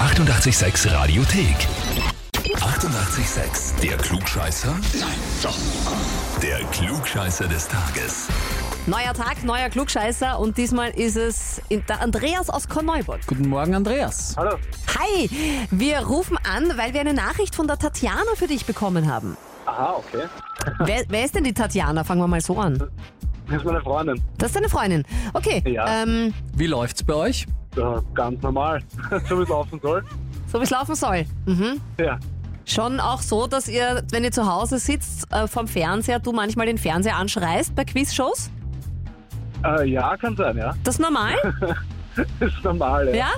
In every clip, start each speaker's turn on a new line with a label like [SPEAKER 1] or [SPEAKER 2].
[SPEAKER 1] 886 Radiothek. 88,6. Der Klugscheißer? Nein, doch. Der Klugscheißer des Tages.
[SPEAKER 2] Neuer Tag, neuer Klugscheißer und diesmal ist es in- der Andreas aus Korneuburg.
[SPEAKER 3] Guten Morgen, Andreas.
[SPEAKER 4] Hallo.
[SPEAKER 2] Hi, wir rufen an, weil wir eine Nachricht von der Tatjana für dich bekommen haben.
[SPEAKER 4] Aha, okay.
[SPEAKER 2] Wer, wer ist denn die Tatjana? Fangen wir mal so an.
[SPEAKER 4] Das ist meine Freundin.
[SPEAKER 2] Das ist deine Freundin. Okay,
[SPEAKER 4] Ja.
[SPEAKER 2] ähm,
[SPEAKER 3] Wie läuft's bei euch?
[SPEAKER 4] Ja, ganz normal. so wie es laufen soll.
[SPEAKER 2] so wie es laufen soll. Mhm.
[SPEAKER 4] Ja.
[SPEAKER 2] Schon auch so, dass ihr, wenn ihr zu Hause sitzt äh, vom Fernseher, du manchmal den Fernseher anschreist bei Quizshows?
[SPEAKER 4] Äh, ja, kann sein, ja.
[SPEAKER 2] Das ist normal?
[SPEAKER 4] Das ist normal, ja.
[SPEAKER 2] Ja?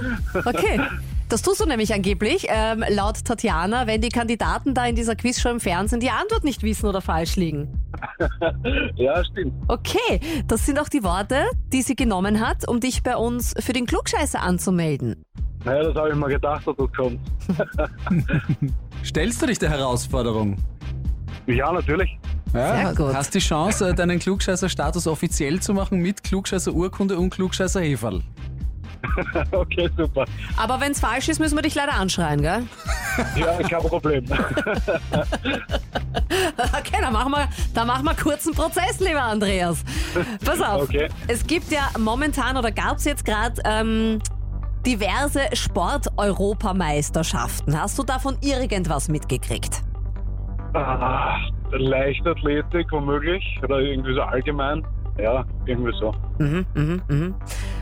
[SPEAKER 2] Okay. Das tust du nämlich angeblich, ähm, laut Tatjana, wenn die Kandidaten da in dieser Quizshow im Fernsehen die Antwort nicht wissen oder falsch liegen.
[SPEAKER 4] Ja, stimmt.
[SPEAKER 2] Okay, das sind auch die Worte, die sie genommen hat, um dich bei uns für den Klugscheißer anzumelden.
[SPEAKER 4] Naja, das habe ich mir gedacht, dass das kommt.
[SPEAKER 3] Stellst du dich der Herausforderung?
[SPEAKER 4] Ja, natürlich.
[SPEAKER 2] Sehr gut.
[SPEAKER 3] Hast die Chance, äh, deinen Klugscheißer-Status offiziell zu machen mit Klugscheißer-Urkunde und Klugscheißer-Heferl.
[SPEAKER 4] okay, super.
[SPEAKER 2] Aber wenn's falsch ist, müssen wir dich leider anschreien, gell?
[SPEAKER 4] Ja, kein Problem.
[SPEAKER 2] Okay, dann machen wir, dann machen wir kurzen Prozess, lieber Andreas. Pass auf.
[SPEAKER 4] Okay.
[SPEAKER 2] Es gibt ja momentan oder gab's jetzt gerade ähm, diverse Sport-Europameisterschaften. Hast du davon irgendwas mitgekriegt?
[SPEAKER 4] ah, Leichtathletik, womöglich. Oder irgendwie so allgemein. Ja, irgendwie so.
[SPEAKER 2] Mhm, mhm, mhm.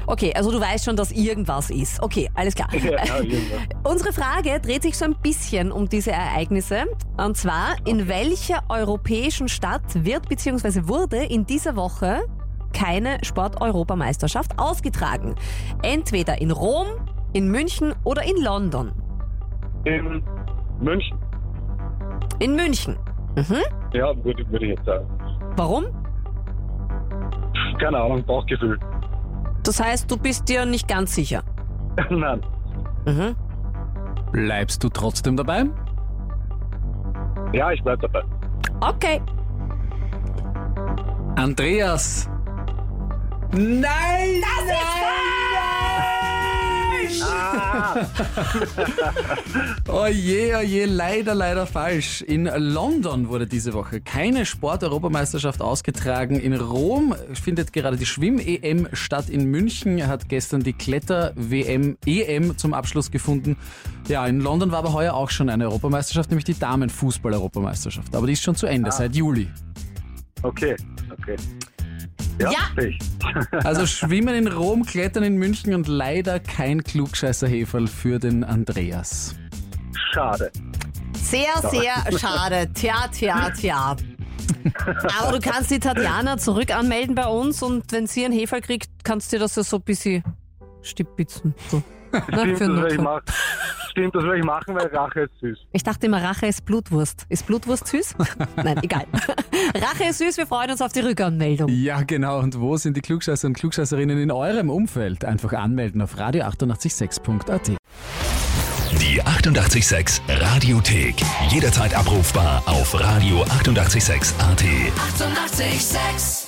[SPEAKER 2] Okay, also du weißt schon, dass irgendwas ist. Okay, alles klar.
[SPEAKER 4] Ja, irgendwas.
[SPEAKER 2] Unsere Frage dreht sich so ein bisschen um diese Ereignisse. Und zwar, in welcher europäischen Stadt wird bzw. wurde in dieser Woche keine Sport-Europameisterschaft ausgetragen? Entweder in Rom, in München oder in London.
[SPEAKER 4] In München.
[SPEAKER 2] In München. Mhm.
[SPEAKER 4] Ja, würde, würde ich jetzt sagen.
[SPEAKER 2] Warum?
[SPEAKER 4] Keine Ahnung, Bauchgefühl.
[SPEAKER 2] Das heißt, du bist dir nicht ganz sicher.
[SPEAKER 4] Nein.
[SPEAKER 2] Mhm.
[SPEAKER 3] Bleibst du trotzdem dabei?
[SPEAKER 4] Ja, ich bleib dabei.
[SPEAKER 2] Okay.
[SPEAKER 3] Andreas! Nein! Ah! Oh je, oh je, leider, leider falsch. In London wurde diese Woche keine Sport-Europameisterschaft ausgetragen. In Rom findet gerade die Schwimm-EM statt. In München hat gestern die Kletter-WM, EM zum Abschluss gefunden. Ja, in London war aber heuer auch schon eine Europameisterschaft, nämlich die Damenfußball-Europameisterschaft. Aber die ist schon zu Ende, seit Juli.
[SPEAKER 4] Okay, okay.
[SPEAKER 2] Ja.
[SPEAKER 4] Ich.
[SPEAKER 3] Also Schwimmen in Rom, Klettern in München und leider kein Klugscheißer-Heferl für den Andreas.
[SPEAKER 4] Schade.
[SPEAKER 2] Sehr, sehr schade. Tja, tja, tja. Aber du kannst die Tatjana zurück anmelden bei uns und wenn sie einen Hefer kriegt, kannst du dir das ja so ein bisschen stipitzen. So. Na, für
[SPEAKER 4] Stimmt, das
[SPEAKER 2] den
[SPEAKER 4] werde ich,
[SPEAKER 2] Notfall.
[SPEAKER 4] mach, stimmt, das werde ich machen, weil Rache ist süß.
[SPEAKER 2] ich dachte immer, Rache ist Blutwurst. Ist Blutwurst süß? Nein, egal. Rache ist süß, wir freuen uns auf die Rückanmeldung.
[SPEAKER 3] Ja, genau. Und wo sind die Klugscheißer und Klugscheißerinnen in eurem Umfeld? Einfach anmelden auf radio886.at.
[SPEAKER 1] Die 88,6 Radiothek. Jederzeit abrufbar auf radio886.at. 88,6.
[SPEAKER 2] So Sex.